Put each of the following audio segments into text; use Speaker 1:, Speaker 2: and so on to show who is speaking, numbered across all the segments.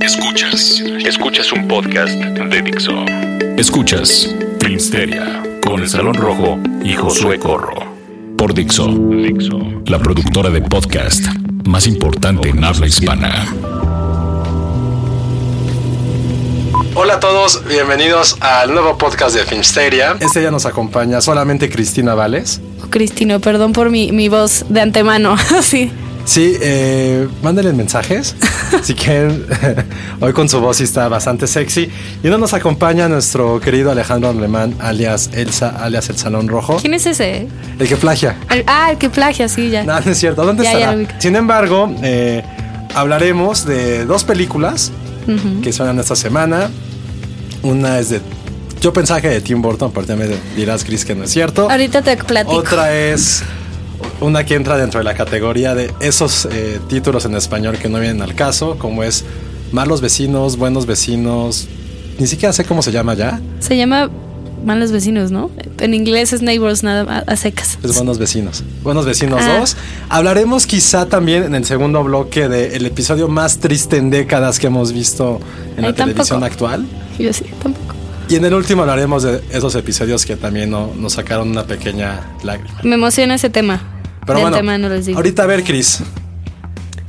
Speaker 1: Escuchas, escuchas un podcast de Dixo. Escuchas Filmsteria con el Salón Rojo y Josué Corro. Por Dixo, Dixo, la productora de podcast más importante en habla hispana.
Speaker 2: Hola a todos, bienvenidos al nuevo podcast de Filmsteria. Este día nos acompaña solamente Cristina Vales.
Speaker 3: Cristino, perdón por mi, mi voz de antemano. sí.
Speaker 2: Sí, eh, mándenle mensajes. si quieren, hoy con su voz sí está bastante sexy. Y no nos acompaña nuestro querido Alejandro Alemán, alias Elsa, alias El Salón Rojo.
Speaker 3: ¿Quién es ese?
Speaker 2: El que plagia.
Speaker 3: Al- ah, el que plagia, sí, ya.
Speaker 2: No, no es cierto. ¿Dónde
Speaker 3: Ya, ya
Speaker 2: estará?
Speaker 3: lo ubico.
Speaker 2: Sin embargo, eh, hablaremos de dos películas que suenan esta semana. Una es de. Yo pensaba que de Tim Burton, pero ya me dirás, Chris, que no es cierto.
Speaker 3: Ahorita te platico.
Speaker 2: Otra es una que entra dentro de la categoría de esos eh, títulos en español que no vienen al caso, como es Malos Vecinos, Buenos Vecinos. Ni siquiera sé cómo se llama ya.
Speaker 3: Se llama Malos Vecinos, ¿no? En inglés es Neighbors, nada más, a secas.
Speaker 2: Es Buenos Vecinos. Buenos Vecinos
Speaker 3: Ah.
Speaker 2: 2. Hablaremos quizá también en el segundo bloque del episodio más triste en décadas que hemos visto en la
Speaker 3: Ay, tampoco.
Speaker 2: televisión actual.
Speaker 3: Yo sí, tampoco.
Speaker 2: Y en el último hablaremos de esos episodios que también no- nos sacaron una pequeña lágrima.
Speaker 3: Me emociona ese tema.
Speaker 2: Pero
Speaker 3: de
Speaker 2: bueno,
Speaker 3: antemano les digo.
Speaker 2: ahorita a ver, Chris.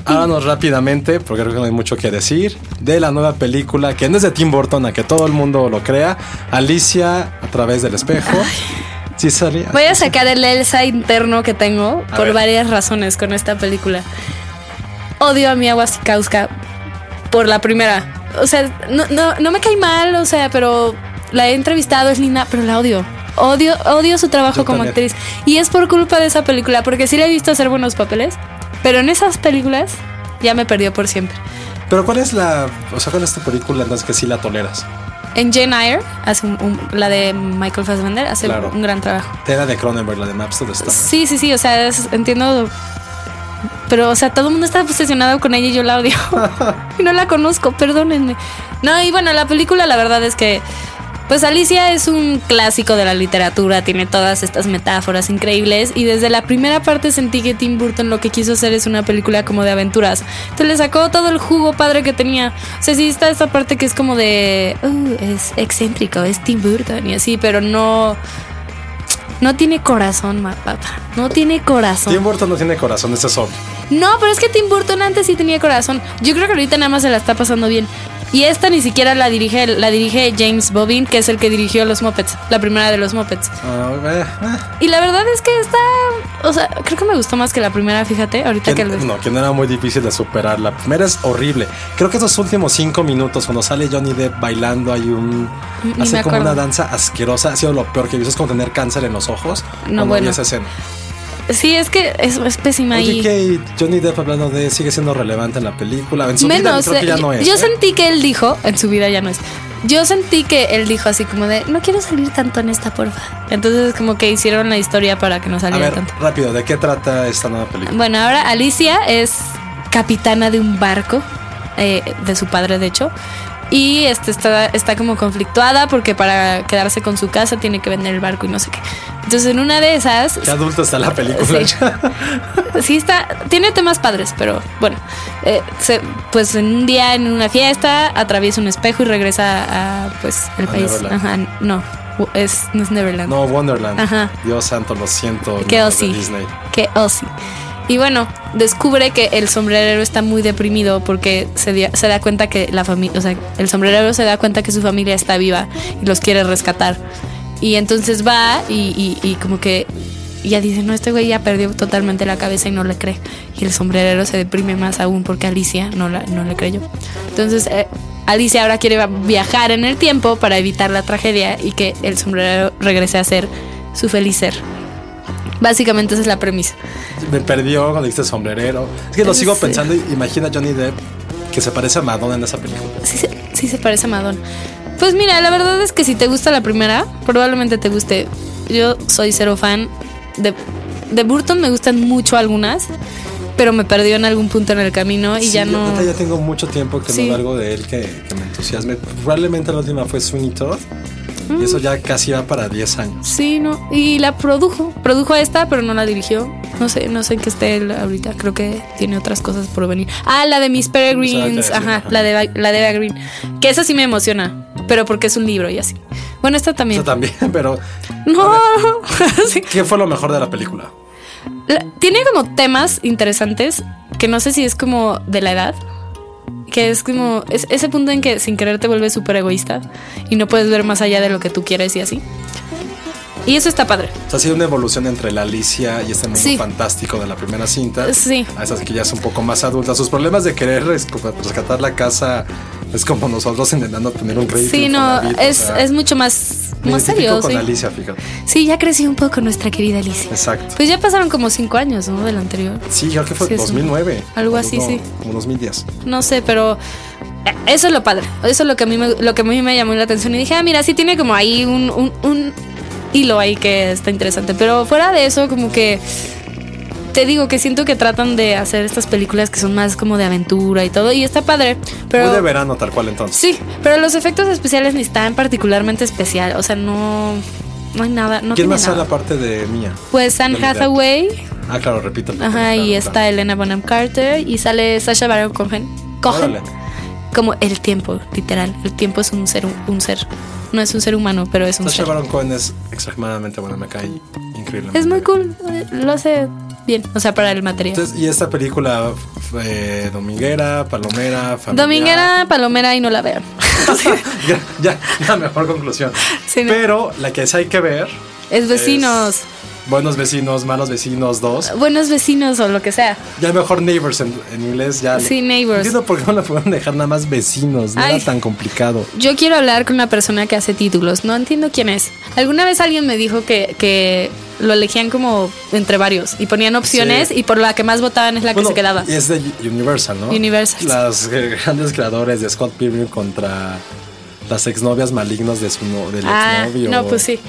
Speaker 2: Háblanos rápidamente, porque creo que no hay mucho que decir, de la nueva película que no es de Tim Burton, a que todo el mundo lo crea, Alicia a través del espejo. Sí, salía.
Speaker 3: Voy a sacar el Elsa interno que tengo
Speaker 2: A
Speaker 3: por
Speaker 2: ver.
Speaker 3: varias razones con esta película. Odio a mi Wasikowska por la primera. O sea, no, no, no me cae mal, o sea, pero la he entrevistado, es linda, pero la odio. Odio, odio su trabajo
Speaker 2: Yo
Speaker 3: como
Speaker 2: también.
Speaker 3: actriz. Y es por culpa de esa película, porque sí la he visto hacer buenos papeles, pero en esas películas ya me perdió por siempre.
Speaker 2: Pero ¿cuál es la, o sea, cuál es tu película en las que sí la toleras?
Speaker 3: En Jane Eyre, hace un- un- la de Michael Fassbender, hace
Speaker 2: Claro.
Speaker 3: un gran trabajo.
Speaker 2: Era de Cronenberg, la de Maps to the Stars.
Speaker 3: Sí, sí, sí, o sea, es- entiendo. Pero, o sea, todo el mundo está obsesionado con ella y yo la odio. y no la conozco, perdónenme. No, y bueno, la película la verdad es que... Pues Alicia es un clásico de la literatura, tiene todas estas metáforas increíbles y desde la primera parte sentí que Tim Burton lo que quiso hacer es una película como de aventuras. Entonces le sacó todo el jugo padre que tenía. O sea, sí está esta parte que es como de... "Uh, es excéntrico, es Tim Burton y así, pero no... No tiene corazón, ma- papá. No tiene
Speaker 2: Tim
Speaker 3: corazón.
Speaker 2: Burton no tiene corazón, ese es obvio.
Speaker 3: No, pero es que Tim Burton antes sí tenía corazón. Yo creo que ahorita nada más se la está pasando bien. Y esta ni siquiera la dirige, la dirige James Bobbin, que es el que dirigió Los Muppets, la primera de Los Muppets.
Speaker 2: Ah, eh, eh.
Speaker 3: Y la verdad es que esta, o sea, creo que me gustó más que la primera, fíjate, ahorita que lo-
Speaker 2: Que- no, que no era muy difícil de superar. La primera es horrible. Creo que esos últimos cinco minutos, cuando sale Johnny Depp bailando, hay un.
Speaker 3: Ni- ni
Speaker 2: hace
Speaker 3: me
Speaker 2: como una
Speaker 3: acuerdo.
Speaker 2: danza asquerosa. Ha sido lo peor que he visto. Es como tener cáncer en los ojos. cuando vi
Speaker 3: bueno.
Speaker 2: esa escena.
Speaker 3: Sí, es que es, es pésima
Speaker 2: Oye,
Speaker 3: y
Speaker 2: que Johnny Depp hablando de. Sigue siendo relevante en la película. En su vida
Speaker 3: menos.
Speaker 2: creo que ya
Speaker 3: eh,
Speaker 2: no es.
Speaker 3: yo
Speaker 2: ¿eh?
Speaker 3: sentí que él dijo, en su vida ya no es. Yo sentí que él dijo así como de, no quiero salir tanto en esta, porfa. Entonces como que hicieron la historia para que no
Speaker 2: A
Speaker 3: saliera
Speaker 2: ver,
Speaker 3: tanto.
Speaker 2: rápido, ¿de qué trata esta nueva película?
Speaker 3: Bueno, ahora Alicia es capitana de un barco, eh, de su padre de hecho, y este está, está como conflictuada porque para quedarse con su casa tiene que vender el barco y no sé qué. Entonces en una de esas...
Speaker 2: Qué adulta está la película.
Speaker 3: Sí. Sí está, tiene temas padres, pero bueno, eh, se- pues en un día en una fiesta atraviesa un espejo y regresa a pues el
Speaker 2: A
Speaker 3: país.
Speaker 2: Neverland.
Speaker 3: Ajá, no, es, no es Neverland.
Speaker 2: No, Wonderland.
Speaker 3: Ajá.
Speaker 2: Dios santo, lo siento.
Speaker 3: Que
Speaker 2: amigos de
Speaker 3: Ozzy.
Speaker 2: Disney.
Speaker 3: Que Ozzy. Y bueno, descubre que el sombrerero está muy deprimido porque se, di- se da cuenta que la familia, o sea, el sombrerero se da cuenta que su familia está viva y los quiere rescatar. Y entonces va y, y- y como que ya dice, no, este güey ya perdió totalmente la cabeza y no le cree. Y el sombrerero se deprime más aún porque Alicia no, la- no le creyó. Entonces eh, Alicia ahora quiere va- viajar en el tiempo para evitar la tragedia y que el sombrerero regrese a ser su feliz ser. Básicamente esa es la premisa.
Speaker 2: Me perdió cuando dijiste sombrerero. Es que lo
Speaker 3: Sí.
Speaker 2: sigo pensando. y Imagina a Johnny Depp que se parece a Madonna en esa película.
Speaker 3: Sí, se- sí se parece a Madonna. Pues mira, la verdad es que si te gusta la primera, probablemente te guste. Yo soy cero fan de, de Burton, me gustan mucho algunas, pero me perdió en algún punto en el camino y
Speaker 2: Sí,
Speaker 3: ya
Speaker 2: yo
Speaker 3: no...
Speaker 2: neta Ya tengo mucho tiempo que
Speaker 3: Sí.
Speaker 2: no largo de él que, que me entusiasme. Probablemente la última fue Sweeney Todd. Y
Speaker 3: Mm.
Speaker 2: eso ya casi va para 10 años.
Speaker 3: Sí, no. Y la produjo. Produjo a esta, pero no la dirigió. No sé, no sé en qué esté él ahorita. Creo que tiene otras cosas por venir. Ah, la de Miss Peregrines.
Speaker 2: Exacto, sí,
Speaker 3: Ajá,
Speaker 2: ajá.
Speaker 3: la de, Eva- la de Eva Green. Que esa sí me emociona. Pero porque es un libro y así. Bueno, esta también.
Speaker 2: Eso también, pero
Speaker 3: No. Sí.
Speaker 2: ¿qué fue lo mejor de la película?
Speaker 3: La- tiene como temas interesantes que no sé si es como de la edad. Que es como es- ese punto en que sin querer te vuelves súper egoísta y no puedes ver más allá de lo que tú quieres y así. Y eso está padre.
Speaker 2: O sea, ha sido una evolución entre la Alicia y este mundo
Speaker 3: Sí.
Speaker 2: fantástico de la primera cinta.
Speaker 3: Sí.
Speaker 2: A esas que ya es un poco más adulta. Sus problemas de querer res- rescatar la casa es como nosotros intentando tener un crédito.
Speaker 3: Sí, no,
Speaker 2: Infonavit, o
Speaker 3: es,
Speaker 2: sea,
Speaker 3: es mucho más,
Speaker 2: me
Speaker 3: más
Speaker 2: identifico
Speaker 3: serio.
Speaker 2: con
Speaker 3: sí.
Speaker 2: Alicia, fíjate.
Speaker 3: Sí, ya creció un poco nuestra querida Alicia.
Speaker 2: Exacto.
Speaker 3: Pues ya pasaron como cinco años, ¿no? Del anterior.
Speaker 2: Sí, creo que fue
Speaker 3: Sí, es un-
Speaker 2: 2009.
Speaker 3: algo así,
Speaker 2: No,
Speaker 3: sí.
Speaker 2: Como 2010.
Speaker 3: No sé, pero eh, eso es lo padre. Eso es lo que a mí me, lo que a mí me llamó la atención. Y dije, ah, mira, sí tiene como ahí un, un- un hilo ahí que está interesante. Pero fuera de eso, como que te digo que siento que tratan de hacer estas películas que son más como de aventura y todo. Y está padre. Pero
Speaker 2: Muy de verano, tal cual entonces.
Speaker 3: Sí, pero los efectos especiales ni están particularmente especial. O sea, no, no hay nada. No
Speaker 2: ¿Quién
Speaker 3: tiene
Speaker 2: más sale
Speaker 3: nada.
Speaker 2: aparte de Mía?
Speaker 3: Pues Anne
Speaker 2: Johnny Depp.
Speaker 3: Hathaway,
Speaker 2: Ah, claro, repito. el papel,
Speaker 3: ajá, y
Speaker 2: claro,
Speaker 3: está
Speaker 2: claro.
Speaker 3: Elena Bonham Carter y sale Sasha Baron Cohen. Cohen.
Speaker 2: Órale.
Speaker 3: Como el tiempo, literal. El tiempo es un ser, un ser. No es un ser humano, pero es un
Speaker 2: Sasha
Speaker 3: ser.
Speaker 2: Baron Cohen es extremadamente buena, me cae increíble.
Speaker 3: Es muy cool. Lo hace bien. O sea, para el material.
Speaker 2: Entonces, y esta película fue dominguera, palomera, familiar.
Speaker 3: Dominguera, Palomera y no la vean.
Speaker 2: ya, ya, la mejor conclusión.
Speaker 3: Sí, no.
Speaker 2: Pero la que sí hay que ver.
Speaker 3: Es vecinos,
Speaker 2: es Buenos vecinos, malos vecinos, dos.
Speaker 3: buenos vecinos o lo que sea.
Speaker 2: Ya mejor neighbors en, en inglés, ya.
Speaker 3: Sí, Neighbors.
Speaker 2: Entiendo por qué no la pudieron dejar nada más vecinos, no
Speaker 3: Ay.
Speaker 2: era tan complicado.
Speaker 3: Yo quiero hablar con una persona que hace títulos. No entiendo quién es. Alguna vez alguien me dijo que, que lo elegían como entre varios y ponían opciones
Speaker 2: Sí.
Speaker 3: y por la que más votaban es la
Speaker 2: Bueno,
Speaker 3: que se quedaba.
Speaker 2: Y es de Universal, ¿no?
Speaker 3: Universal.
Speaker 2: Las eh, grandes creadores de Scott Pilgrim contra las exnovias malignas de su no- del
Speaker 3: Ah,
Speaker 2: exnovio.
Speaker 3: no, pues sí.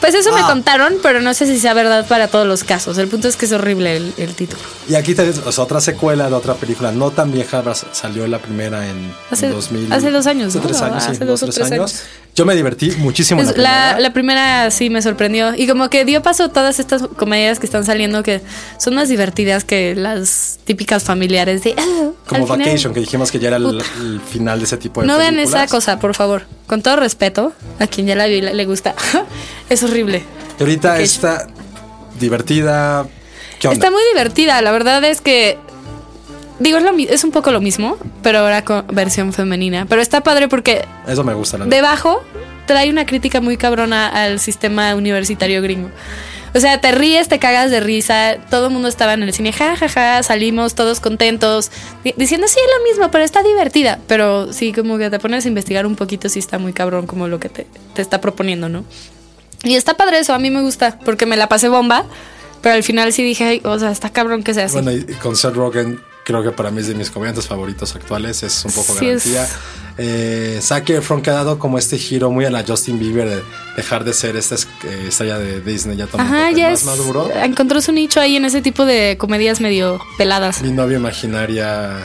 Speaker 3: Pues eso me
Speaker 2: Ah.
Speaker 3: contaron, pero no sé si sea verdad para todos los casos. El punto es que es horrible el, el título.
Speaker 2: Y aquí tenés o sea, otra secuela de otra película no tan vieja, bas- salió la primera en,
Speaker 3: Hace-
Speaker 2: en 2000.
Speaker 3: hace dos años,
Speaker 2: Hace
Speaker 3: ¿no?
Speaker 2: tres años, sí,
Speaker 3: Hace
Speaker 2: dos,
Speaker 3: dos o
Speaker 2: tres
Speaker 3: tres
Speaker 2: años.
Speaker 3: años.
Speaker 2: Yo me divertí muchísimo. en
Speaker 3: Pues la,
Speaker 2: primera.
Speaker 3: la primera sí me sorprendió y como que dio paso a todas estas comedias que están saliendo que son más divertidas que las típicas familiares de... "Ah,
Speaker 2: como
Speaker 3: al final".
Speaker 2: Vacation, que dijimos que ya era el,
Speaker 3: Puta.
Speaker 2: el final de ese tipo de
Speaker 3: No vean
Speaker 2: películas.
Speaker 3: esa cosa, por favor. Con todo respeto, a quien ya la vi y le le gusta. es horrible.
Speaker 2: Y ahorita
Speaker 3: Vacation.
Speaker 2: está divertida. ¿Qué onda?
Speaker 3: Está muy divertida, la verdad es que. Digo, es, lo mi- es un poco lo mismo, pero ahora con versión femenina. Pero está padre porque
Speaker 2: Eso me gusta. La neta.
Speaker 3: debajo trae una crítica muy cabrona al sistema universitario gringo. O sea, te ríes, te cagas de risa, todo el mundo estaba en el cine, ja, ja, ja, salimos todos contentos, di- diciendo, sí, es lo mismo, pero está divertida. Pero sí, como que te pones a investigar un poquito si está muy cabrón como lo que te, te está proponiendo, ¿no? Y está padre eso, a mí me gusta, porque me la pasé bomba, pero al final sí dije, "Ay, o sea, está cabrón que sea así.
Speaker 2: Bueno, y con Seth Rogen, creo que para mí es de mis comediantes favoritos actuales, es un poco
Speaker 3: Sí,
Speaker 2: garantía.
Speaker 3: es-
Speaker 2: Eh, Zac Efron que ha dado como este giro muy a la Justin Bieber de dejar de ser esta es- eh, estrella de Disney, ya tomando
Speaker 3: Ajá, ya
Speaker 2: más
Speaker 3: es, eh,
Speaker 2: maduro.
Speaker 3: encontró su nicho ahí en ese tipo de comedias medio peladas.
Speaker 2: Mi novia imaginaria,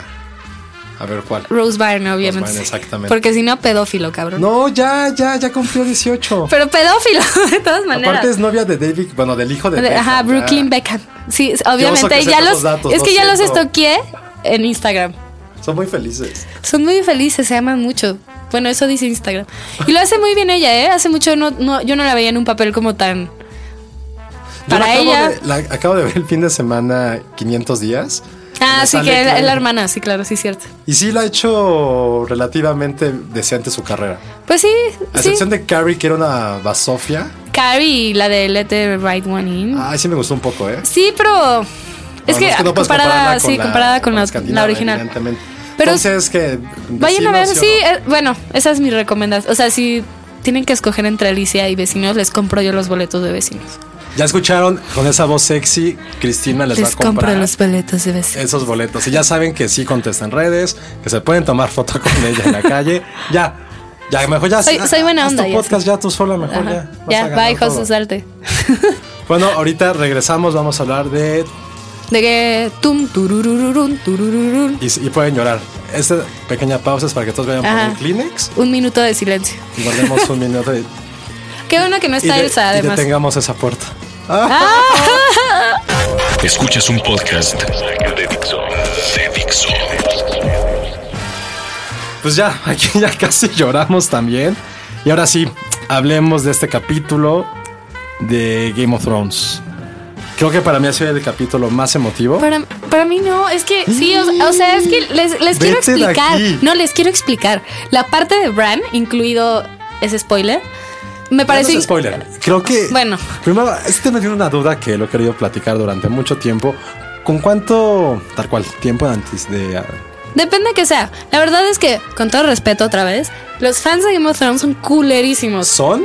Speaker 2: a ver cuál.
Speaker 3: Rose Byrne, obviamente.
Speaker 2: Byrne, exactamente.
Speaker 3: Porque si no, pedófilo, cabrón.
Speaker 2: No, ya, ya, ya cumplió 18.
Speaker 3: Pero pedófilo, de todas maneras.
Speaker 2: Aparte es novia de David, bueno, del hijo de
Speaker 3: De- Ajá,
Speaker 2: Beckham,
Speaker 3: Brooklyn
Speaker 2: ya.
Speaker 3: Beckham. Sí, es-
Speaker 2: oso
Speaker 3: obviamente.
Speaker 2: que
Speaker 3: Ya
Speaker 2: sepas
Speaker 3: los,
Speaker 2: los datos,
Speaker 3: es
Speaker 2: lo
Speaker 3: que ya los
Speaker 2: siento.
Speaker 3: estoqué en Instagram.
Speaker 2: Son muy felices.
Speaker 3: Son muy felices, se aman mucho. Bueno, eso dice Instagram. Y lo hace muy bien ella, ¿eh? Hace mucho no, no- yo no la veía en un papel como tan...
Speaker 2: Yo la
Speaker 3: Para
Speaker 2: acabo
Speaker 3: ella.
Speaker 2: de- la acabo de ver el fin de semana 500 días.
Speaker 3: Ah,
Speaker 2: Me
Speaker 3: sí,
Speaker 2: sale
Speaker 3: que es la- es la
Speaker 2: Claudia.
Speaker 3: hermana, sí, claro, sí, cierto.
Speaker 2: Y sí la ha hecho relativamente deseante su carrera.
Speaker 3: Pues sí,
Speaker 2: A
Speaker 3: sí.
Speaker 2: excepción de Carrie, que era una basofia.
Speaker 3: Carrie, la de Let the Right One In.
Speaker 2: Ay, sí me gustó un poco, ¿eh?
Speaker 3: Sí, pero...
Speaker 2: No,
Speaker 3: Es Mm. que,
Speaker 2: no no puedes
Speaker 3: comparada,
Speaker 2: compararla con
Speaker 3: sí,
Speaker 2: la-
Speaker 3: comparada con, la,
Speaker 2: escandinava,
Speaker 3: la original.
Speaker 2: evidentemente.
Speaker 3: Pero-
Speaker 2: Entonces, que.
Speaker 3: Vayan a ver,
Speaker 2: vecinos,
Speaker 3: sí,
Speaker 2: o no?
Speaker 3: eh, bueno, esa es mi recomendación. O sea, si tienen que escoger entre Alicia y vecinos, les compro yo los boletos de vecinos.
Speaker 2: Ya escucharon con esa voz sexy, Cristina les, va a
Speaker 3: les compro
Speaker 2: comprar
Speaker 3: los boletos de vecinos.
Speaker 2: esos boletos. Y ya saben que sí contestan redes, que se pueden tomar foto con ella en la calle. Ya, ya, mejor ya.
Speaker 3: Soy-
Speaker 2: haz-
Speaker 3: soy buena
Speaker 2: haz
Speaker 3: onda,
Speaker 2: tu
Speaker 3: ya,
Speaker 2: podcast ya tú sola, mejor
Speaker 3: Ajá.
Speaker 2: ya. vas a
Speaker 3: Ah, Ya,
Speaker 2: ganar
Speaker 3: bye,
Speaker 2: todo.
Speaker 3: Josu, salte.
Speaker 2: Bueno, ahorita regresamos, vamos a hablar de.
Speaker 3: De que tum, tururururun, turururun.
Speaker 2: Y, y pueden llorar. Esta pequeña pausa es para que todos vayan
Speaker 3: Ajá.
Speaker 2: por el Kleenex
Speaker 3: Un minuto de silencio.
Speaker 2: y volvemos un minuto y,
Speaker 3: Qué bueno que no
Speaker 2: y
Speaker 3: está
Speaker 2: de-
Speaker 3: Elsa,
Speaker 2: y
Speaker 3: además.
Speaker 2: detengamos esa puerta.
Speaker 1: Escuchas un podcast de Dixo. De Dixo.
Speaker 2: Pues ya, aquí ya casi lloramos también. Y ahora sí, hablemos de este capítulo de Game of Thrones. Creo que para mí ha sido el capítulo más emotivo.
Speaker 3: Para, para mí no, es que sí, o, o sea, es que les, les quiero
Speaker 2: Vete de
Speaker 3: explicar.
Speaker 2: aquí.
Speaker 3: No, les quiero explicar. La parte de Bran, incluido ese spoiler, me
Speaker 2: Ya no
Speaker 3: parece.
Speaker 2: es spoiler. Creo que.
Speaker 3: Bueno.
Speaker 2: Primero, este me dio una duda que lo he querido platicar durante mucho tiempo. ¿Con cuánto, tal cual, tiempo antes de. ah,
Speaker 3: Depende que sea. La verdad es que, con todo respeto otra vez, los fans de Game of Thrones son culerísimos.
Speaker 2: ¿Son?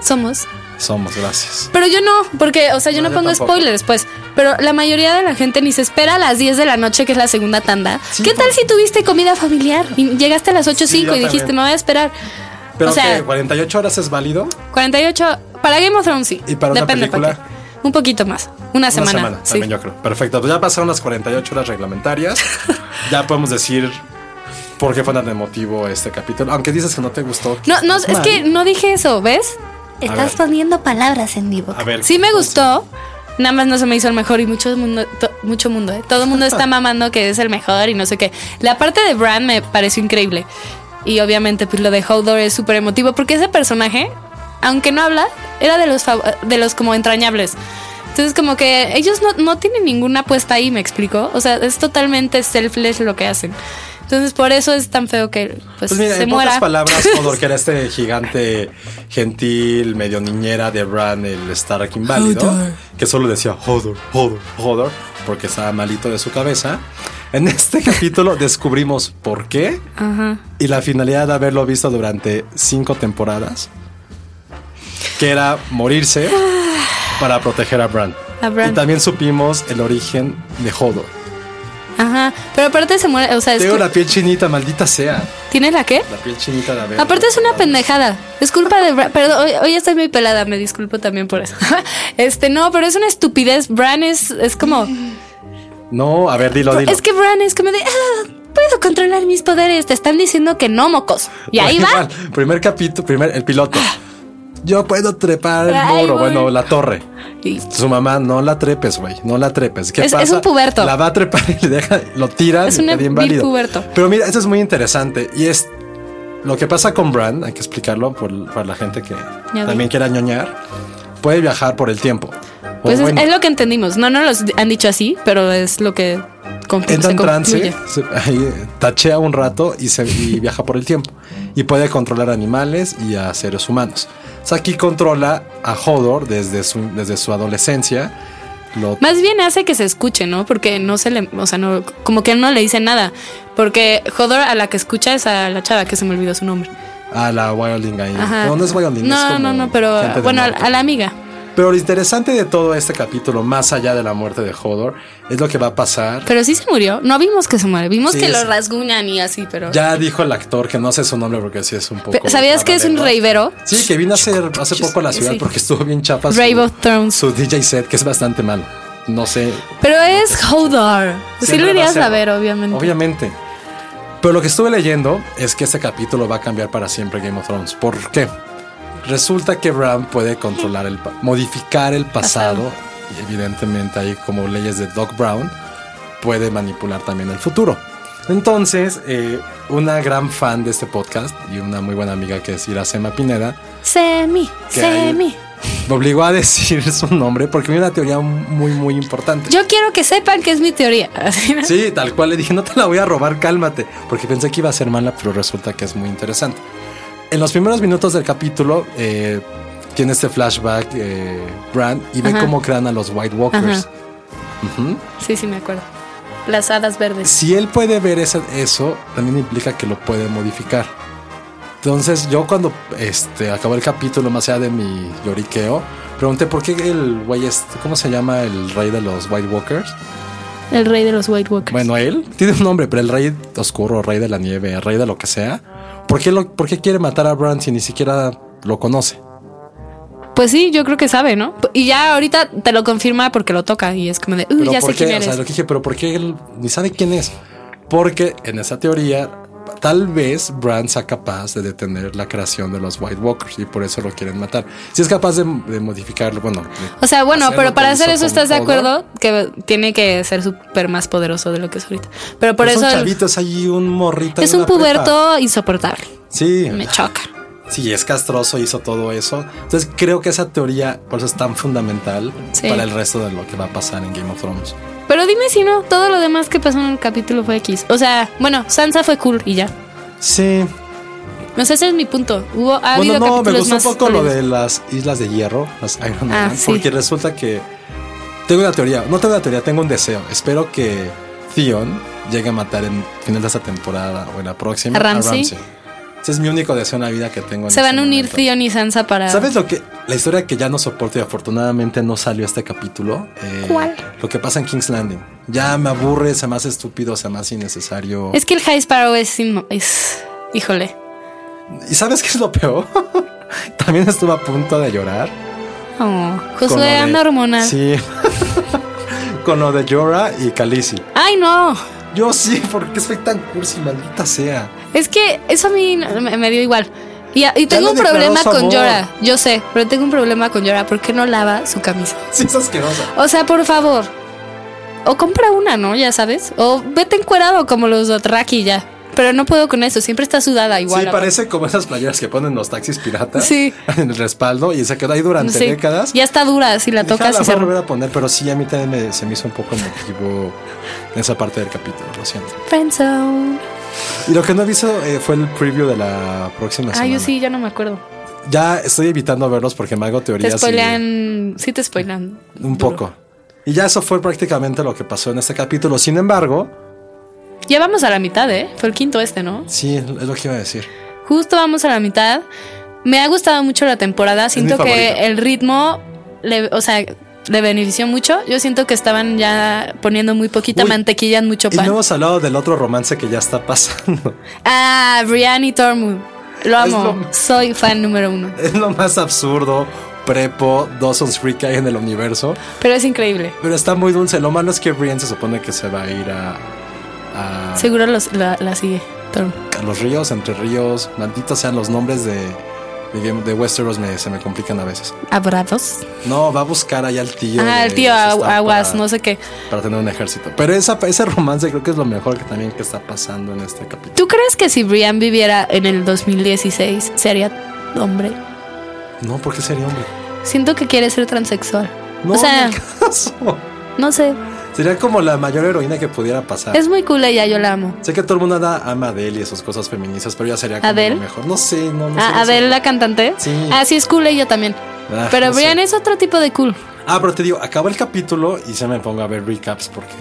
Speaker 3: Somos.
Speaker 2: Somos, gracias.
Speaker 3: Pero yo no, porque, o sea, yo
Speaker 2: No,
Speaker 3: no,
Speaker 2: yo
Speaker 3: pongo
Speaker 2: tampoco.
Speaker 3: spoilers, pues. Pero la mayoría de la gente ni se espera a las 10 de la noche, que es la segunda tanda.
Speaker 2: Sí,
Speaker 3: ¿Qué tal
Speaker 2: por-
Speaker 3: si tuviste comida familiar? Y llegaste a las 8.05
Speaker 2: Sí, yo
Speaker 3: y dijiste,
Speaker 2: también.
Speaker 3: me voy a esperar.
Speaker 2: Pero
Speaker 3: o sea,
Speaker 2: que 48 horas es válido.
Speaker 3: 48 para Game of Thrones sí.
Speaker 2: ¿Y para una
Speaker 3: Depende
Speaker 2: película?
Speaker 3: para qué. Un poquito más. Una, semana.
Speaker 2: Una semana,
Speaker 3: sí.
Speaker 2: también yo creo. Perfecto. Pues ya pasaron las 48 horas reglamentarias. ya podemos decir por qué fue tan emotivo este capítulo. Aunque dices que no te gustó. Pues
Speaker 3: No, no, es
Speaker 2: Mal.
Speaker 3: que no dije eso, ¿ves?
Speaker 2: Estás ver.
Speaker 3: poniendo palabras en mi boca.
Speaker 2: A ver,
Speaker 3: sí me
Speaker 2: entonces.
Speaker 3: gustó. Nada más no se me hizo el mejor y mucho mundo, to- mucho mundo, ¿eh? Todo el mundo está mamando que es el mejor y no sé qué. La parte de Bran me pareció increíble. Y obviamente, pues lo de Hodor es súper emotivo porque ese personaje, aunque no habla, era de los, fav- de los como entrañables. Entonces, como que ellos no, no tienen ninguna apuesta ahí, ¿me explico? O sea, es totalmente selfless lo que hacen. Entonces, por eso es tan feo que pues,
Speaker 2: Pues mira,
Speaker 3: se
Speaker 2: en
Speaker 3: muera.
Speaker 2: pocas palabras, Hodor, que era este gigante gentil, medio niñera de Bran, el Stark inválido, que solo decía Hodor, Hodor, Hodor, porque estaba malito de su cabeza. En este capítulo descubrimos por qué y la finalidad de haberlo visto durante cinco temporadas, que era morirse para proteger a Bran.
Speaker 3: A Bran.
Speaker 2: Y también supimos el origen de Hodor.
Speaker 3: Ajá, pero aparte se muere, o sea, es
Speaker 2: Tengo
Speaker 3: cul-
Speaker 2: la piel chinita, maldita sea.
Speaker 3: ¿tienes la qué?
Speaker 2: La piel chinita de haber-
Speaker 3: Aparte es una pendejada. Es culpa de Bran. Perdón, hoy, hoy estoy muy pelada, me disculpo también por eso. Este, no, pero es una estupidez. Bran es, es como.
Speaker 2: No, a ver, dilo, dilo.
Speaker 3: Es que Bran es como de. "Ah, puedo controlar mis poderes. Te están diciendo que no, mocos. Y ahí va.
Speaker 2: Igual, Primer capítulo, primer, el piloto. Yo puedo trepar el
Speaker 3: Ay,
Speaker 2: muro,
Speaker 3: voy.
Speaker 2: bueno, la torre.
Speaker 3: Y-
Speaker 2: Su mamá, no la trepes, güey, no la trepes. ¿Qué
Speaker 3: Es-
Speaker 2: pasa?
Speaker 3: es un puberto.
Speaker 2: La va a trepar y le deja, lo tira
Speaker 3: Es
Speaker 2: y
Speaker 3: una
Speaker 2: queda
Speaker 3: vil
Speaker 2: inválido.
Speaker 3: puberto.
Speaker 2: Pero mira, esto es muy interesante y es lo que pasa con Bran, hay que explicarlo por, para la gente que
Speaker 3: vi.
Speaker 2: también quiera ñoñar, puede viajar por el tiempo. O
Speaker 3: Pues es-
Speaker 2: bueno,
Speaker 3: es, lo que entendimos. No, no los han dicho así, pero es lo que conclu-
Speaker 2: entra
Speaker 3: se
Speaker 2: en trance,
Speaker 3: concluye.
Speaker 2: se- ahí, eh, tachea un rato y, se, y viaja por el tiempo. Y puede controlar animales y a seres humanos. O sea, aquí controla a Hodor desde su, desde su adolescencia. Lo,
Speaker 3: Más bien hace que se escuche, ¿no? Porque no se le, o sea, no, como que no le dice nada. Porque Jodor a la que escucha es a la chava que se me olvidó su nombre.
Speaker 2: a la Wildling ahí.
Speaker 3: Ajá.
Speaker 2: No, no es Wildling.
Speaker 3: No,
Speaker 2: es como
Speaker 3: no, no, pero
Speaker 2: gente del
Speaker 3: bueno, a,
Speaker 2: norte.
Speaker 3: a la amiga.
Speaker 2: Pero lo interesante de todo este capítulo, más allá de la muerte de Hodor, es lo que va a pasar.
Speaker 3: Pero sí se murió. No vimos que se muere. Vimos
Speaker 2: Sí,
Speaker 3: que lo
Speaker 2: es-
Speaker 3: rasguñan y así, pero.
Speaker 2: Ya dijo el actor que no sé su nombre porque sí es un poco.
Speaker 3: Pe- ¿Sabías que es un
Speaker 2: trabalengua.
Speaker 3: reivero?
Speaker 2: Sí, que vino hace, hace poco a la ciudad
Speaker 3: Sí.
Speaker 2: porque estuvo bien chapa. su-
Speaker 3: Rave of Thrones.
Speaker 2: Su DJ set, que es bastante malo. No sé.
Speaker 3: Pero es Hodor. Pues Sí
Speaker 2: Siempre
Speaker 3: lo
Speaker 2: va
Speaker 3: irías a
Speaker 2: serlo.
Speaker 3: ver, obviamente.
Speaker 2: Obviamente. Pero lo que estuve leyendo es que este capítulo va a cambiar para siempre Game of Thrones. ¿Por qué? Resulta que Bran puede controlar el pa- modificar el pasado. Y evidentemente ahí como leyes de Doc Brown puede manipular también el futuro. Entonces, eh, una gran fan de este podcast y una muy buena amiga que es Iracema Pineda,
Speaker 3: Semi,
Speaker 2: ¿Qué hay?
Speaker 3: semi.
Speaker 2: me obligó a decir su nombre porque tiene una teoría muy, muy importante.
Speaker 3: Yo quiero que sepan que es mi teoría.
Speaker 2: Sí, tal cual le dije, no te la voy a robar, cálmate, porque pensé que iba a ser mala, pero resulta que es muy interesante. En los primeros minutos del capítulo eh, tiene este flashback eh, Bran y ve
Speaker 3: Ajá.
Speaker 2: cómo crean a los White Walkers.
Speaker 3: Ajá.
Speaker 2: Ujú.
Speaker 3: Sí, sí, me acuerdo. Las hadas verdes.
Speaker 2: Si él puede ver ese- eso, también implica que lo puede modificar. Entonces yo cuando este, acabó el capítulo, más allá de mi lloriqueo, pregunté por qué el güey, este, ¿cómo se llama el rey de los White Walkers?
Speaker 3: El rey de los White Walkers.
Speaker 2: Bueno, él tiene un nombre, pero el rey oscuro, rey de la nieve, rey de lo que sea. ¿Por qué, lo- por qué quiere matar a Bran si ni siquiera lo conoce?
Speaker 3: Mm, Pues sí, yo creo que sabe, ¿no? Y ya ahorita te lo confirma porque lo toca y es como de, "Uy,
Speaker 2: Pero
Speaker 3: ya
Speaker 2: ¿por
Speaker 3: sé
Speaker 2: qué?
Speaker 3: quién
Speaker 2: O sea,
Speaker 3: eres.
Speaker 2: lo que dije, pero ¿por qué él ni sabe quién es? Porque en esa teoría, tal vez Bran sea capaz de detener la creación de los White Walkers y por eso lo quieren matar. Si es capaz de, de modificarlo, bueno. de
Speaker 3: O sea, bueno,
Speaker 2: hacerlo
Speaker 3: pero para
Speaker 2: como
Speaker 3: hacer
Speaker 2: hizo
Speaker 3: eso
Speaker 2: con
Speaker 3: estás de
Speaker 2: Hodor.
Speaker 3: acuerdo que tiene que ser súper más poderoso de lo que es ahorita. Pero por
Speaker 2: Pero
Speaker 3: eso
Speaker 2: Son
Speaker 3: el-
Speaker 2: chavitos, hay un morrito.
Speaker 3: es
Speaker 2: en
Speaker 3: un
Speaker 2: una prepa.
Speaker 3: puberto insoportable.
Speaker 2: Sí.
Speaker 3: Me choca.
Speaker 2: Sí, es castroso, hizo todo eso. Entonces creo que esa teoría por eso es tan fundamental
Speaker 3: Sí.
Speaker 2: para el resto de lo que va a pasar en Game of Thrones.
Speaker 3: Pero dime si no, todo lo demás que pasó en el capítulo fue X. O sea, bueno, Sansa fue cool y ya.
Speaker 2: Sí.
Speaker 3: No sé, ese es mi punto. Hubo, ha
Speaker 2: bueno,
Speaker 3: habido
Speaker 2: no, me
Speaker 3: capítulos
Speaker 2: gustó un
Speaker 3: más
Speaker 2: poco lo
Speaker 3: sólidos.
Speaker 2: de las Islas de Hierro, las Iron
Speaker 3: Ah,
Speaker 2: Man,
Speaker 3: sí.
Speaker 2: porque resulta que tengo una teoría, no tengo una teoría, tengo un deseo. Espero que Theon llegue a matar en final de esta temporada o en la próxima
Speaker 3: ¿A Ramsay?
Speaker 2: Ese es mi único deseo en la vida que tengo. en
Speaker 3: Se
Speaker 2: este
Speaker 3: van a unir
Speaker 2: momento.
Speaker 3: Theon y Sansa para.
Speaker 2: ¿Sabes lo que? La historia que ya no soporto y afortunadamente no salió este capítulo. eh,
Speaker 3: ¿Cuál?
Speaker 2: Lo que pasa en King's Landing. Ya me aburre, se me hace estúpido, se me hace innecesario.
Speaker 3: Es que el High Sparrow es. inmo- es- híjole.
Speaker 2: ¿Y sabes qué es lo peor? También estuve a punto de llorar.
Speaker 3: Oh,
Speaker 2: con lo
Speaker 3: Josué
Speaker 2: de-
Speaker 3: anda hormonal.
Speaker 2: Sí. con lo de Jorah y Khaleesi.
Speaker 3: Ay, no.
Speaker 2: Yo sí, porque soy tan cursi, maldita sea.
Speaker 3: Es que eso a mí no- me, me dio igual. Y, y
Speaker 2: le
Speaker 3: tengo un
Speaker 2: declaró
Speaker 3: problema
Speaker 2: su
Speaker 3: con
Speaker 2: amor.
Speaker 3: Yora. Yo sé, pero tengo un problema con Yora. ¿Por qué no lava su camisa?
Speaker 2: Sí, es asquerosa.
Speaker 3: O sea, por favor. O compra una, ¿no? Ya sabes. O vete encuerado como los Dotraki ya. Pero no puedo con eso. Siempre está sudada igual.
Speaker 2: sí, parece como esas playeras que ponen los taxis piratas
Speaker 3: Sí.
Speaker 2: en el respaldo y se quedó ahí durante
Speaker 3: Sí,
Speaker 2: décadas.
Speaker 3: Ya está dura. Si la
Speaker 2: Dije, "Ah,
Speaker 3: tocas
Speaker 2: la
Speaker 3: y
Speaker 2: voy
Speaker 3: se
Speaker 2: a volver a poner, pero sí, a mí también me- se me hizo un poco emotivo en esa parte del capítulo, lo siento.
Speaker 3: Friendzone.
Speaker 2: Y lo que no he visto eh, fue el preview de la próxima semana.
Speaker 3: Ah, yo sí, ya no me acuerdo.
Speaker 2: Ya estoy evitando verlos porque me hago
Speaker 3: Te
Speaker 2: teorías. y-
Speaker 3: spoilean. Sí, te spoilan.
Speaker 2: un poco. Y ya eso fue prácticamente lo que pasó en este capítulo. Sin embargo,
Speaker 3: Ya vamos a la mitad, ¿eh? Fue el quinto este, ¿no?
Speaker 2: sí, es lo que iba a decir.
Speaker 3: Justo vamos a la mitad. Me ha gustado mucho la temporada. Siento
Speaker 2: mi favorita.
Speaker 3: que el ritmo, le, o sea, le benefició mucho. Yo siento que estaban ya poniendo muy poquita
Speaker 2: Uy,
Speaker 3: mantequilla en mucho
Speaker 2: Y no
Speaker 3: pan.
Speaker 2: hemos hablado del otro romance que ya está pasando.
Speaker 3: Ah, Brianne y Tormund. Lo
Speaker 2: Es
Speaker 3: amo.
Speaker 2: lo-
Speaker 3: Soy fan número uno.
Speaker 2: Es lo más absurdo, prepo, Dawson's Free que hay en el universo.
Speaker 3: Pero es increíble.
Speaker 2: Pero está muy dulce. Lo malo es que Brian se supone que se va a ir a, a,
Speaker 3: Seguro los- la, la sigue Tormund.
Speaker 2: a los ríos, entre ríos. Malditos sean los nombres de, de, Game- de Westeros, me- se me complican a veces.
Speaker 3: ¿A bravos?
Speaker 2: No, va a buscar allá al tío.
Speaker 3: Ah,
Speaker 2: de-
Speaker 3: el tío
Speaker 2: que
Speaker 3: Agu-
Speaker 2: está
Speaker 3: Aguas,
Speaker 2: para-
Speaker 3: no sé qué.
Speaker 2: para tener un ejército. Pero esa, ese romance creo que es lo mejor que también que está pasando en este capítulo.
Speaker 3: ¿Tú crees que si Brian viviera en el 2016 sería hombre?
Speaker 2: No, porque sería hombre.
Speaker 3: Siento que quiere ser transexual.
Speaker 2: No,
Speaker 3: o sea,
Speaker 2: ni al caso.
Speaker 3: no sé.
Speaker 2: Sería como la mayor heroína que pudiera pasar.
Speaker 3: Es muy cool ella, yo la amo.
Speaker 2: Sé que todo el mundo da- ama a Adele y esas cosas feministas, pero ya sería como
Speaker 3: ¿Adele?
Speaker 2: lo mejor. No sé, no, no sé,
Speaker 3: Ah,
Speaker 2: no sé.
Speaker 3: Adele, la cantante.
Speaker 2: Sí.
Speaker 3: Ah, sí, es cool ella también.
Speaker 2: Ah,
Speaker 3: Pero
Speaker 2: no sé.
Speaker 3: Brian es otro tipo de cool.
Speaker 2: Ah, pero te digo, acabo el capítulo y se me pongo a ver recaps porque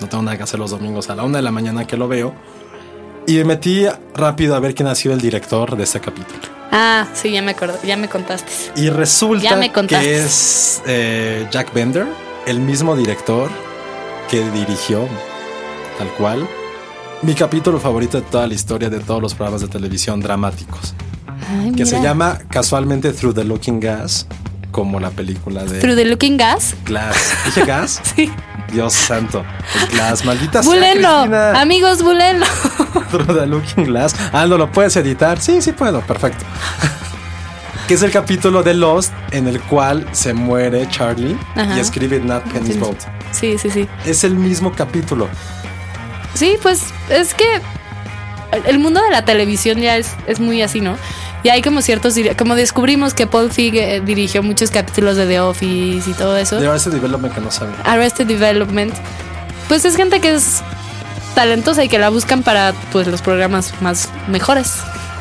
Speaker 2: no tengo nada que hacer los domingos a la una de la mañana que lo veo. Y me metí rápido a ver quién ha sido el director de este capítulo.
Speaker 3: Ah, sí, ya me acuerdo, ya me contaste.
Speaker 2: Y resulta
Speaker 3: Ya me contaste.
Speaker 2: que es eh, Jack Bender, el mismo director que dirigió, tal cual, mi capítulo favorito de toda la historia de todos los programas de televisión dramáticos,
Speaker 3: Ay,
Speaker 2: que se
Speaker 3: mira.
Speaker 2: llama casualmente Through the Looking Glass, como la película de
Speaker 3: Through the Looking Glass.
Speaker 2: Glass. ¿Dije Glass?
Speaker 3: Sí.
Speaker 2: Dios santo. El Glass, maldita sea,
Speaker 3: Búlenlo,
Speaker 2: Cristina.
Speaker 3: amigos, búlenlo.
Speaker 2: Through the Looking Glass. Ah, no lo puedes editar. Sí, sí puedo. Perfecto. que es el capítulo de Lost en el cual se muere Charlie
Speaker 3: Ajá.
Speaker 2: y escribe Nat Penny's Boat.
Speaker 3: Sí, sí, sí.
Speaker 2: Es el mismo capítulo.
Speaker 3: Sí, pues es que el- el mundo de la televisión ya es, es muy así, ¿no? Y hay como ciertos, dir- como descubrimos que Paul Feig eh, dirigió muchos capítulos de The Office y todo eso.
Speaker 2: De Arrested Development que no sabía.
Speaker 3: Arrested Development. Pues es gente que es talentosa y que la buscan para pues los programas más mejores.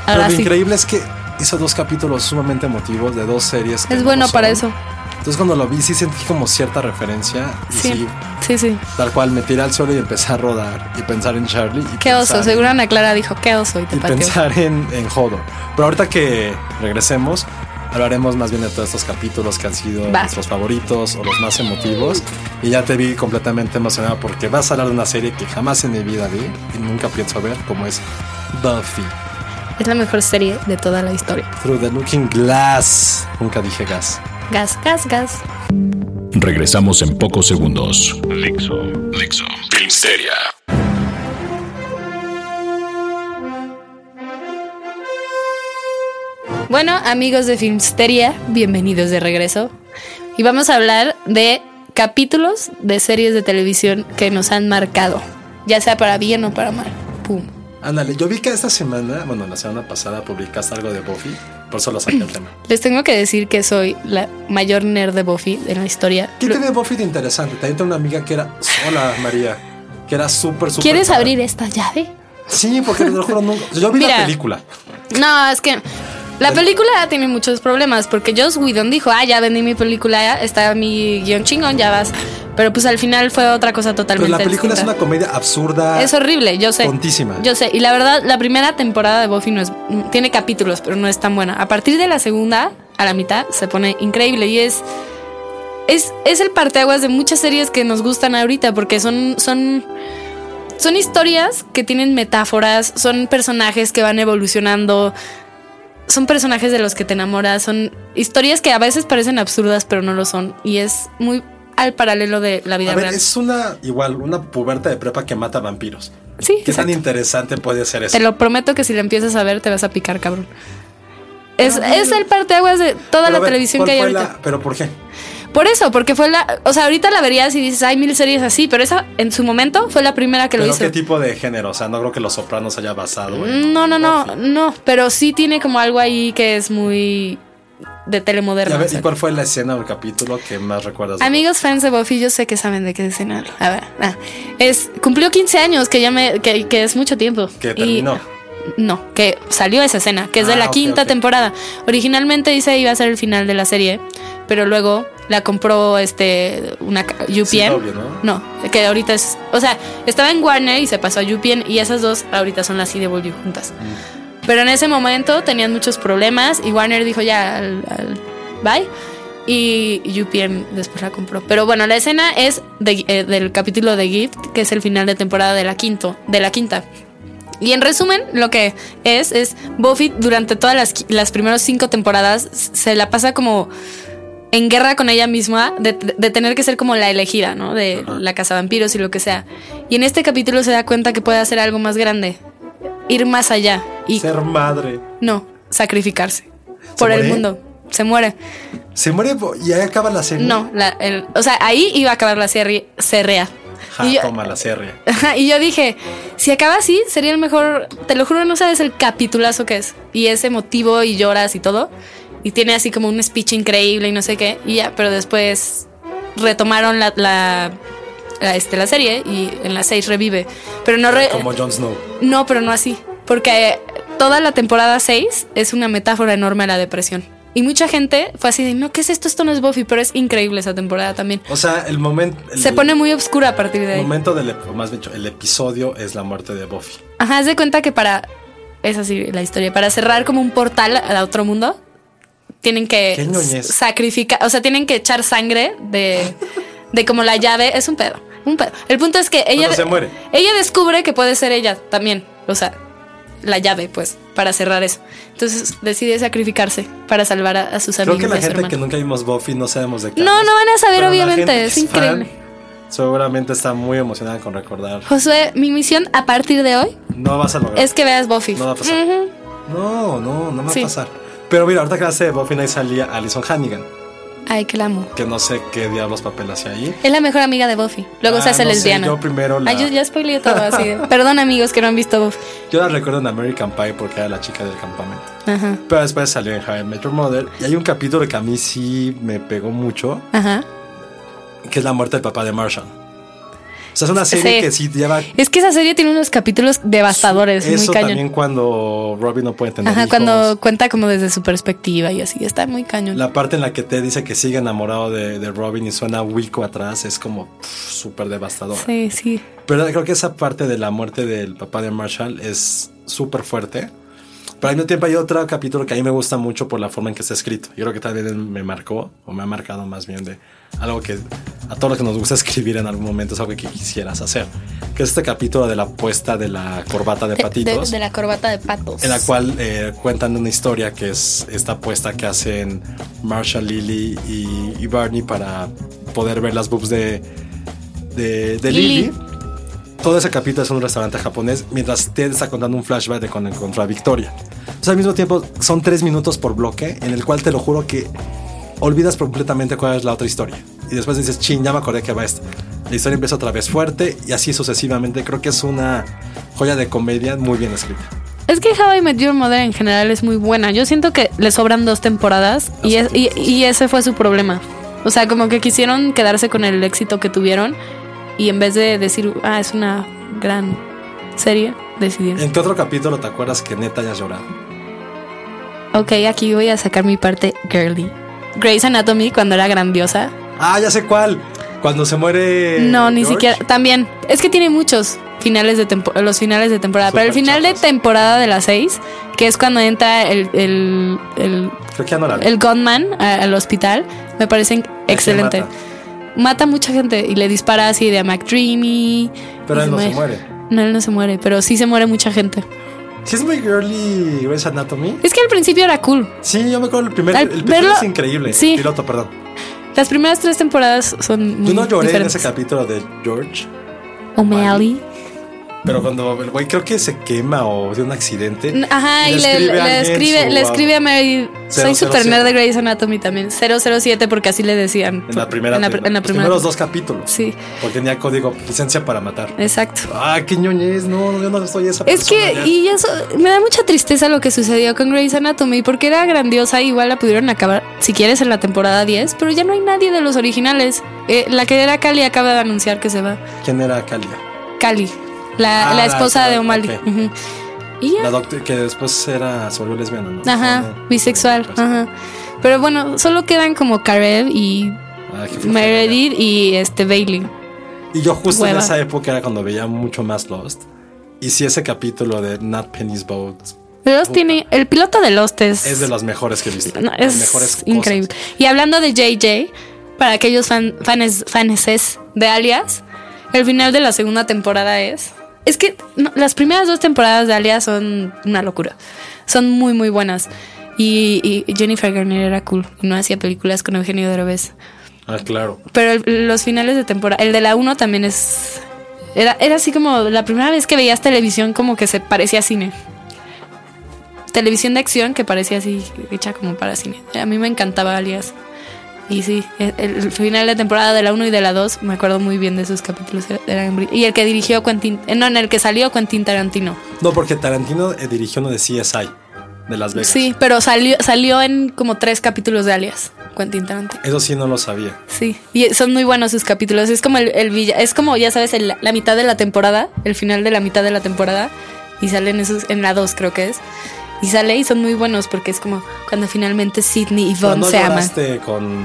Speaker 2: Pero
Speaker 3: Ahora
Speaker 2: lo
Speaker 3: sí.
Speaker 2: increíble es que hizo dos capítulos sumamente emotivos de dos series. que
Speaker 3: Es
Speaker 2: no
Speaker 3: bueno
Speaker 2: son.
Speaker 3: para eso.
Speaker 2: Entonces cuando lo vi sí sentí como cierta referencia. Y sí.
Speaker 3: Sí. Sí, sí.
Speaker 2: tal cual me tiré al suelo y empecé a rodar y pensar en Charlie. Y
Speaker 3: Qué oso.
Speaker 2: pensar-
Speaker 3: Seguro Ana Clara dijo, qué oso. Y te
Speaker 2: Y
Speaker 3: pateó.
Speaker 2: pensar en, en Jodo. Pero ahorita que regresemos, hablaremos más bien de todos estos capítulos que han sido
Speaker 3: Va.
Speaker 2: nuestros favoritos o los más emotivos. Y ya te vi completamente emocionada porque vas a hablar de una serie que jamás en mi vida vi y nunca pienso ver, como es Buffy.
Speaker 3: Es la mejor serie de toda la historia.
Speaker 2: Through the Looking Glass. Nunca dije gas.
Speaker 3: Gas, gas, gas.
Speaker 1: Regresamos en pocos segundos. Dixo, Dixo, Filmsteria.
Speaker 3: Bueno, amigos de Filmsteria, bienvenidos de regreso. Y vamos a hablar de capítulos de series de televisión que nos han marcado, ya sea para bien o para mal. Pum.
Speaker 2: Ándale, yo vi que esta semana, bueno, la semana pasada publicaste algo de Buffy, por eso lo saqué el tema.
Speaker 3: Les tengo que decir que soy la mayor nerd de Buffy en la historia.
Speaker 2: ¿Qué tiene Buffy de interesante? También tengo una amiga que era. Hola, María. Que era súper, súper.
Speaker 3: ¿Quieres
Speaker 2: fan.
Speaker 3: abrir esta llave?
Speaker 2: Sí, porque te lo juro nunca. Yo vi la
Speaker 3: Mira.
Speaker 2: película.
Speaker 3: No, es que la película tiene muchos problemas porque Joss Whedon dijo, ah, ya vendí mi película, está mi guión chingón, ya vas. Pero pues al final fue otra cosa
Speaker 2: Pero
Speaker 3: totalmente
Speaker 2: la película es
Speaker 3: distinta.
Speaker 2: una comedia absurda.
Speaker 3: Es horrible, yo sé.
Speaker 2: Tontísima.
Speaker 3: Yo sé. Y la verdad, la primera temporada de Buffy no es. Tiene capítulos, pero no es tan buena. A partir de la segunda, a la mitad, se pone increíble y es. Es, es el parteaguas de muchas series que nos gustan ahorita porque son. son son historias que tienen metáforas, son personajes que van evolucionando, son personajes de los que te enamoras, son historias que a veces parecen absurdas pero no lo son y es muy al paralelo de la vida
Speaker 2: A ver,
Speaker 3: real.
Speaker 2: es una. Igual, una puberta de prepa que mata vampiros.
Speaker 3: Sí,
Speaker 2: ¿Qué tan
Speaker 3: exacto.
Speaker 2: interesante puede ser eso?
Speaker 3: Te lo prometo que si la empiezas a ver te vas a picar, cabrón. Es, es el parteaguas de
Speaker 2: Pero
Speaker 3: toda
Speaker 2: a
Speaker 3: la
Speaker 2: ver,
Speaker 3: televisión
Speaker 2: ¿cuál
Speaker 3: que hay
Speaker 2: fue
Speaker 3: ahorita.
Speaker 2: la- Pero ¿por qué?
Speaker 3: Por eso, porque fue la... O sea, ahorita la verías y dices, hay mil series así, pero esa en su momento fue la primera que lo
Speaker 2: ¿Pero
Speaker 3: hizo. Mm,
Speaker 2: qué tipo de género? O sea, no creo que Los Sopranos haya basado en.
Speaker 3: No, no, no,
Speaker 2: Buffy.
Speaker 3: no, pero sí tiene como algo ahí que es muy de
Speaker 2: Y,
Speaker 3: telemoderno.
Speaker 2: a
Speaker 3: o
Speaker 2: ver,
Speaker 3: sea.
Speaker 2: ¿y cuál fue la escena o el capítulo que más recuerdas? de
Speaker 3: Amigos fans de Buffy, yo sé que saben de qué escena. A ver, ah, es cumplió 15 años, que ya me que, que es mucho tiempo.
Speaker 2: Que
Speaker 3: Y-
Speaker 2: terminó.
Speaker 3: no, que salió esa escena, que es de
Speaker 2: Ah,
Speaker 3: la
Speaker 2: ok,
Speaker 3: quinta
Speaker 2: ok.
Speaker 3: temporada. Originalmente dice iba a ser el final de la serie, pero luego la compró este una ca- UPN.
Speaker 2: CW, ¿no?
Speaker 3: que ahorita es, o sea, estaba en Warner y se pasó a UPN y esas dos ahorita son las CW juntas. Pero en ese momento tenían muchos problemas y Warner dijo ya al- al- bye. Y UPN después la compró. Pero bueno, la escena es de- eh, del capítulo de Gift, que es el final de temporada de la, quinto, de la quinta. Y en resumen, lo que es, es Buffy durante todas las, qui- las primeras cinco temporadas se la pasa como en guerra con ella misma de, de tener que ser como la elegida, ¿no? De la casa vampiros y lo que sea. Y en este capítulo se da cuenta que puede hacer algo más grande, ir más allá y
Speaker 2: Ser madre.
Speaker 3: no sacrificarse por el
Speaker 2: muere?
Speaker 3: mundo. Se muere.
Speaker 2: Se muere bo- y ahí acaba la serie.
Speaker 3: No, la- el- o sea, ahí iba a acabar la serie Serrea.
Speaker 2: Ja,
Speaker 3: Y yo-
Speaker 2: toma la serie.
Speaker 3: Ajá, y yo dije, si acaba así, sería el mejor. Te lo juro, no sabes el capitulazo que es. Y es emotivo y lloras y todo. Y tiene así como un speech increíble y no sé qué. Y ya, pero después retomaron la, la, la, este, la serie y en la 6 revive. Pero no, re-
Speaker 2: Como Jon Snow.
Speaker 3: no, pero no así. Porque toda la temporada 6 es una metáfora enorme a la depresión. Y mucha gente fue así de, no, ¿qué es esto? Esto no es Buffy, pero es increíble esa temporada también.
Speaker 2: O sea, el momento.
Speaker 3: Se pone muy oscura a partir de
Speaker 2: El
Speaker 3: ahí.
Speaker 2: momento del. ep- o Más dicho, el episodio es la muerte de Buffy.
Speaker 3: Ajá, haz de cuenta que para. Es así la historia. Para cerrar como un portal a otro mundo, tienen que
Speaker 2: Qué ñoñez.
Speaker 3: s- sacrificar. O sea, tienen que echar sangre de, de como la llave. Es un pedo. Un pedo. El punto es que ella.
Speaker 2: Pero se muere.
Speaker 3: Ella descubre que puede ser ella también. O sea, la llave, pues, para cerrar eso. Entonces decide sacrificarse para salvar a, a sus
Speaker 2: Creo
Speaker 3: amigos.
Speaker 2: que
Speaker 3: y
Speaker 2: la
Speaker 3: a su
Speaker 2: gente que
Speaker 3: hermano.
Speaker 2: nunca vimos Buffy no sabemos de qué.
Speaker 3: No,
Speaker 2: hablas.
Speaker 3: no van a saber,
Speaker 2: Pero la
Speaker 3: obviamente,
Speaker 2: gente
Speaker 3: es
Speaker 2: que fan
Speaker 3: increíble.
Speaker 2: seguramente está muy emocionada con recordar.
Speaker 3: Josué, mi misión a partir de hoy
Speaker 2: No vas a lograr.
Speaker 3: es que veas Buffy.
Speaker 2: No va a pasar.
Speaker 3: Ujú.
Speaker 2: No, no, no va
Speaker 3: Sí.
Speaker 2: a pasar. Pero mira, ahorita que hace Buffy, ahí salía Alison Hannigan.
Speaker 3: Ay, que la amo.
Speaker 2: Que no sé qué diablos papel hacía ahí.
Speaker 3: Es la mejor amiga de Buffy. Luego
Speaker 2: Ah,
Speaker 3: se hace
Speaker 2: no sé,
Speaker 3: lesbiana.
Speaker 2: yo primero la-
Speaker 3: Ay, yo ya spoileé todo así. de- Perdón, amigos que no han visto Buffy.
Speaker 2: Yo la recuerdo en American Pie porque era la chica del campamento.
Speaker 3: Ajá.
Speaker 2: Pero después salió en High Metro Mother. Y hay un capítulo que a mí sí me pegó mucho,
Speaker 3: Ajá.
Speaker 2: que es la muerte del papá de Martian. O sea, es una serie
Speaker 3: Sí.
Speaker 2: que sí lleva
Speaker 3: Es que esa serie tiene unos capítulos devastadores, muy
Speaker 2: Eso
Speaker 3: cañón.
Speaker 2: también cuando Robin no puede tener
Speaker 3: Ajá,
Speaker 2: hijos.
Speaker 3: cuando cuenta como desde su perspectiva y así, está muy cañón.
Speaker 2: La parte en la que te dice que sigue enamorado de, de Robin y suena Wilco atrás es como pff, súper devastador.
Speaker 3: Sí, sí.
Speaker 2: Pero creo que esa parte de la muerte del papá de Marshall es súper fuerte. Pero al mismo tiempo hay otro capítulo que a mí me gusta mucho por la forma en que está escrito. Yo creo que también me marcó, o me ha marcado más bien de algo que a todos los que nos gusta escribir en algún momento es algo que quisieras hacer. Que es este capítulo de la puesta de la corbata de
Speaker 3: De,
Speaker 2: patitos.
Speaker 3: de- de la corbata de patos.
Speaker 2: en la cual eh, cuentan una historia que es esta apuesta que hacen Marshall, Lily y, y Barney para poder ver las boobs de, de, de
Speaker 3: Lily.
Speaker 2: Lily. Todo ese capítulo es un restaurante japonés mientras Ted está contando un flashback de cuando encontró a Victoria. Entonces, al mismo tiempo, son tres minutos por bloque en el cual te lo juro que olvidas completamente cuál es la otra historia. Y después dices, chin, ya me acordé que va esta. La historia empieza otra vez fuerte y así sucesivamente. Creo que es una joya de comedia muy bien escrita.
Speaker 3: Es que How I Met Your Mother en general es muy buena. Yo siento que le sobran dos temporadas y, es- y- y ese fue su problema. O sea, como que quisieron quedarse con el éxito que tuvieron y en vez de decir, ah, es una gran serie, decidieron.
Speaker 2: ¿En qué otro capítulo te acuerdas que neta hayas llorado?
Speaker 3: Ok, aquí voy a sacar mi parte girly. Grey's Anatomy cuando era grandiosa.
Speaker 2: Ah, ya sé cuál. Cuando se muere.
Speaker 3: No, ni
Speaker 2: Eh, George.
Speaker 3: siquiera. También. Es que tiene muchos finales de tempo- los finales de temporada. Pero el
Speaker 2: Súper
Speaker 3: final
Speaker 2: chafas.
Speaker 3: de temporada de las seis, que es cuando entra el, el, el,
Speaker 2: Creo que ya no la vi.
Speaker 3: el gunman a- al hospital, me parece excelente.
Speaker 2: mata.
Speaker 3: Mata. mucha gente y le dispara así de a McDreamy.
Speaker 2: Pero
Speaker 3: y
Speaker 2: él no se
Speaker 3: muere.
Speaker 2: muere.
Speaker 3: No, él no se muere, pero sí se muere mucha gente.
Speaker 2: Sí, es muy girly Grey's Anatomy.
Speaker 3: Es que al principio era cool.
Speaker 2: Sí, yo me acuerdo el primer.
Speaker 3: Al
Speaker 2: el piloto
Speaker 3: verlo-
Speaker 2: es increíble.
Speaker 3: sí.
Speaker 2: El piloto, perdón.
Speaker 3: Las primeras tres temporadas son.
Speaker 2: Yo
Speaker 3: muy
Speaker 2: no lloré
Speaker 3: diferentes. Oh,
Speaker 2: en ese capítulo de George.
Speaker 3: O'Malley.
Speaker 2: Pero cuando el güey creo que se quema o de un accidente.
Speaker 3: N- Ajá, y le,
Speaker 2: a
Speaker 3: le
Speaker 2: alguien
Speaker 3: escribe,
Speaker 2: su-
Speaker 3: le escribe a Mary.
Speaker 2: 007.
Speaker 3: Soy super nerd de Grey's Anatomy también. 007 porque así le decían.
Speaker 2: En la primera.
Speaker 3: En la,
Speaker 2: tem-
Speaker 3: pr- en la
Speaker 2: los
Speaker 3: primera.
Speaker 2: primeros dos capítulos.
Speaker 3: Sí,
Speaker 2: Porque tenía código licencia para matar.
Speaker 3: exacto.
Speaker 2: Ah, qué ñoñez. No, yo no soy esa
Speaker 3: Es
Speaker 2: persona.
Speaker 3: que,
Speaker 2: ya.
Speaker 3: y eso, me da mucha tristeza lo que sucedió con Grey's Anatomy, porque era grandiosa, igual la pudieron acabar, si quieres, en la temporada 10, pero ya no hay nadie de los originales. Eh, la que era Cali acaba de anunciar que se va.
Speaker 2: ¿Quién era Calia?
Speaker 3: Cali, la,
Speaker 2: Ah,
Speaker 3: la esposa
Speaker 2: la-
Speaker 3: de O'Malley.
Speaker 2: ok.
Speaker 3: Ujú. Y ya.
Speaker 2: La doctora que después era, se volvió lesbiana, ¿no?
Speaker 3: Ajá, bisexual. Ajá. Pero bueno, solo quedan como Karev y
Speaker 2: Ah, qué flojera.
Speaker 3: Meredith y este Bailey.
Speaker 2: Y yo justo
Speaker 3: Hueva.
Speaker 2: en esa época era cuando veía mucho más Lost. Y sí, ese capítulo de Nat Penny's Boat
Speaker 3: Lost tiene. El piloto de Lost es.
Speaker 2: es de los mejores que he visto.
Speaker 3: no,
Speaker 2: de
Speaker 3: es
Speaker 2: mejores cosas.
Speaker 3: increíble. Y hablando de JJ, para aquellos fan, fanes, faneses de Alias, el final de la segunda temporada es. Es que no, las primeras dos temporadas de Alias son una locura. Son muy, muy buenas. Y, y Jennifer Garner era cool. y No hacía películas con Eugenio Derbez.
Speaker 2: Ah, claro.
Speaker 3: Pero el- los finales de temporada, el de la 1 también es. Era, era así como la primera vez que veías televisión, como que se parecía a cine. Televisión de acción que parecía así, hecha como para cine. A mí me encantaba Alias. Y sí, el, el final de temporada de la 1 y de la 2, me acuerdo muy bien de esos capítulos. e, eran bri- y el que dirigió Quentin. eh, No, en el que salió Quentin Tarantino.
Speaker 2: No, porque Tarantino eh, dirigió uno de CSI, de Las Vegas.
Speaker 3: Sí, pero salió, salió en como tres capítulos de Alias, Quentin Tarantino.
Speaker 2: Eso sí no lo sabía.
Speaker 3: Sí, y son muy buenos sus capítulos. Es como el, el villa- es como ya sabes el- la mitad de la temporada, el final de la mitad de la temporada y salen esos en la 2 creo que es. Y sale y son muy buenos porque es como cuando finalmente Sidney y
Speaker 2: Pero
Speaker 3: Von
Speaker 2: no
Speaker 3: se aman.
Speaker 2: lloraste con,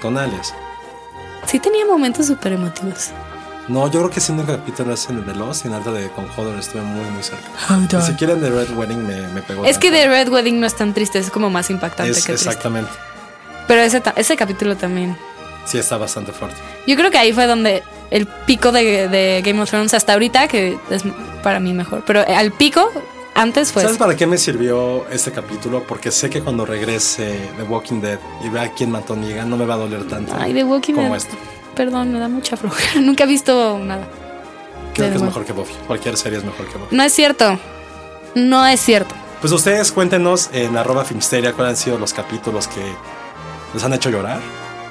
Speaker 2: con Alias.
Speaker 3: Sí tenía momentos súper emotivos.
Speaker 2: No, yo creo que siendo un capítulo es en el de Lost y en alta de con Hodor estuve muy, muy cerca. Ni siquiera en The Red Wedding me, me pegó.
Speaker 3: Es que
Speaker 2: tanto.
Speaker 3: The Red Wedding no es tan triste, es como más impactante
Speaker 2: Es-
Speaker 3: que triste.
Speaker 2: Exactamente.
Speaker 3: Pero ese, ta- ese capítulo también.
Speaker 2: Sí, está bastante fuerte.
Speaker 3: Yo creo que ahí fue donde el pico de, de Game of Thrones hasta ahorita, que es para mí mejor. Pero al pico, antes fue...
Speaker 2: ¿Sabes
Speaker 3: ese.
Speaker 2: para qué me sirvió este capítulo? Porque sé que cuando regrese The Walking Dead y vea quién mató a Negan, no me va a doler tanto.
Speaker 3: Ay, The Walking
Speaker 2: como
Speaker 3: Dead.
Speaker 2: este.
Speaker 3: Perdón, me da mucha flojera. Nunca he visto nada.
Speaker 2: Creo que es
Speaker 3: Dead.
Speaker 2: mejor que Buffy. Cualquier serie es mejor que Buffy.
Speaker 3: No es cierto. No es cierto.
Speaker 2: Pues ustedes cuéntenos en arroba Filmsteria cuáles han sido los capítulos que les han hecho llorar.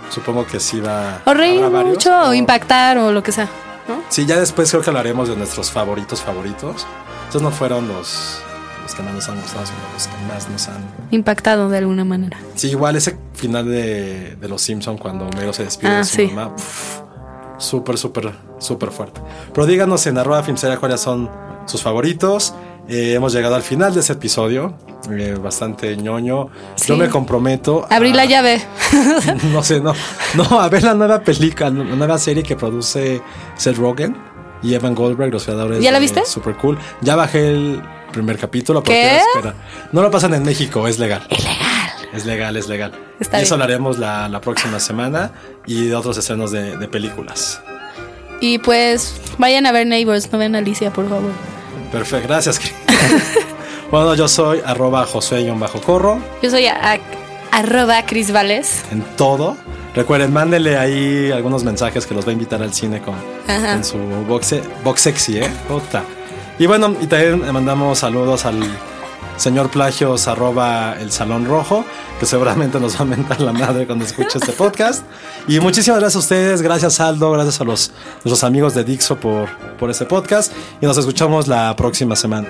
Speaker 2: Supongo que sí va
Speaker 3: O reír
Speaker 2: habrá varios,
Speaker 3: mucho, o impactar, o lo que sea. ¿no?
Speaker 2: Sí, ya después creo que hablaremos de nuestros favoritos favoritos. Esos no fueron los, los que más nos han gustado, sino los que más nos han...
Speaker 3: Impactado de alguna manera.
Speaker 2: Sí, igual ese final de, de Los Simpson cuando Homero se despide
Speaker 3: Ah,
Speaker 2: de su
Speaker 3: sí.
Speaker 2: mamá. pf, Súper, súper, súper fuerte. Pero díganos en arroba filmseria cuáles son sus favoritos. Eh, hemos llegado al final de ese episodio. eh, bastante ñoño.
Speaker 3: Sí.
Speaker 2: Yo me comprometo. a-
Speaker 3: Abrí la llave.
Speaker 2: no sé, no. No, a ver la nueva película, la nueva serie que produce Seth Rogen y Evan Goldberg, los creadores.
Speaker 3: ¿Ya la
Speaker 2: de
Speaker 3: viste?
Speaker 2: Super cool. Ya bajé el primer capítulo porque
Speaker 3: ¿Qué?
Speaker 2: espera. No lo pasan en México, es legal. Es legal. Es legal, es legal.
Speaker 3: Está
Speaker 2: y eso
Speaker 3: bien.
Speaker 2: hablaremos la, la próxima semana y de otros estrenos de, de películas.
Speaker 3: Y pues vayan a ver Neighbors, no vean a Alicia, por favor.
Speaker 2: Perfecto, gracias. Cris. bueno, yo soy arroba José-Corro.
Speaker 3: Yo soy a- a- arroba Cris Vales.
Speaker 2: en todo. Recuerden, mándenle ahí algunos mensajes que los va a invitar al cine con,
Speaker 3: Ajá.
Speaker 2: en su box, box sexy, ¿eh? Puta. Y bueno, y también le mandamos saludos al señor Plagios arroba el Salón Rojo, que seguramente nos va a mentar la madre cuando escuche este podcast. Y muchísimas gracias a ustedes, gracias Aldo, gracias a los, nuestros amigos de Dixo por, por este podcast. Y nos escuchamos la próxima semana.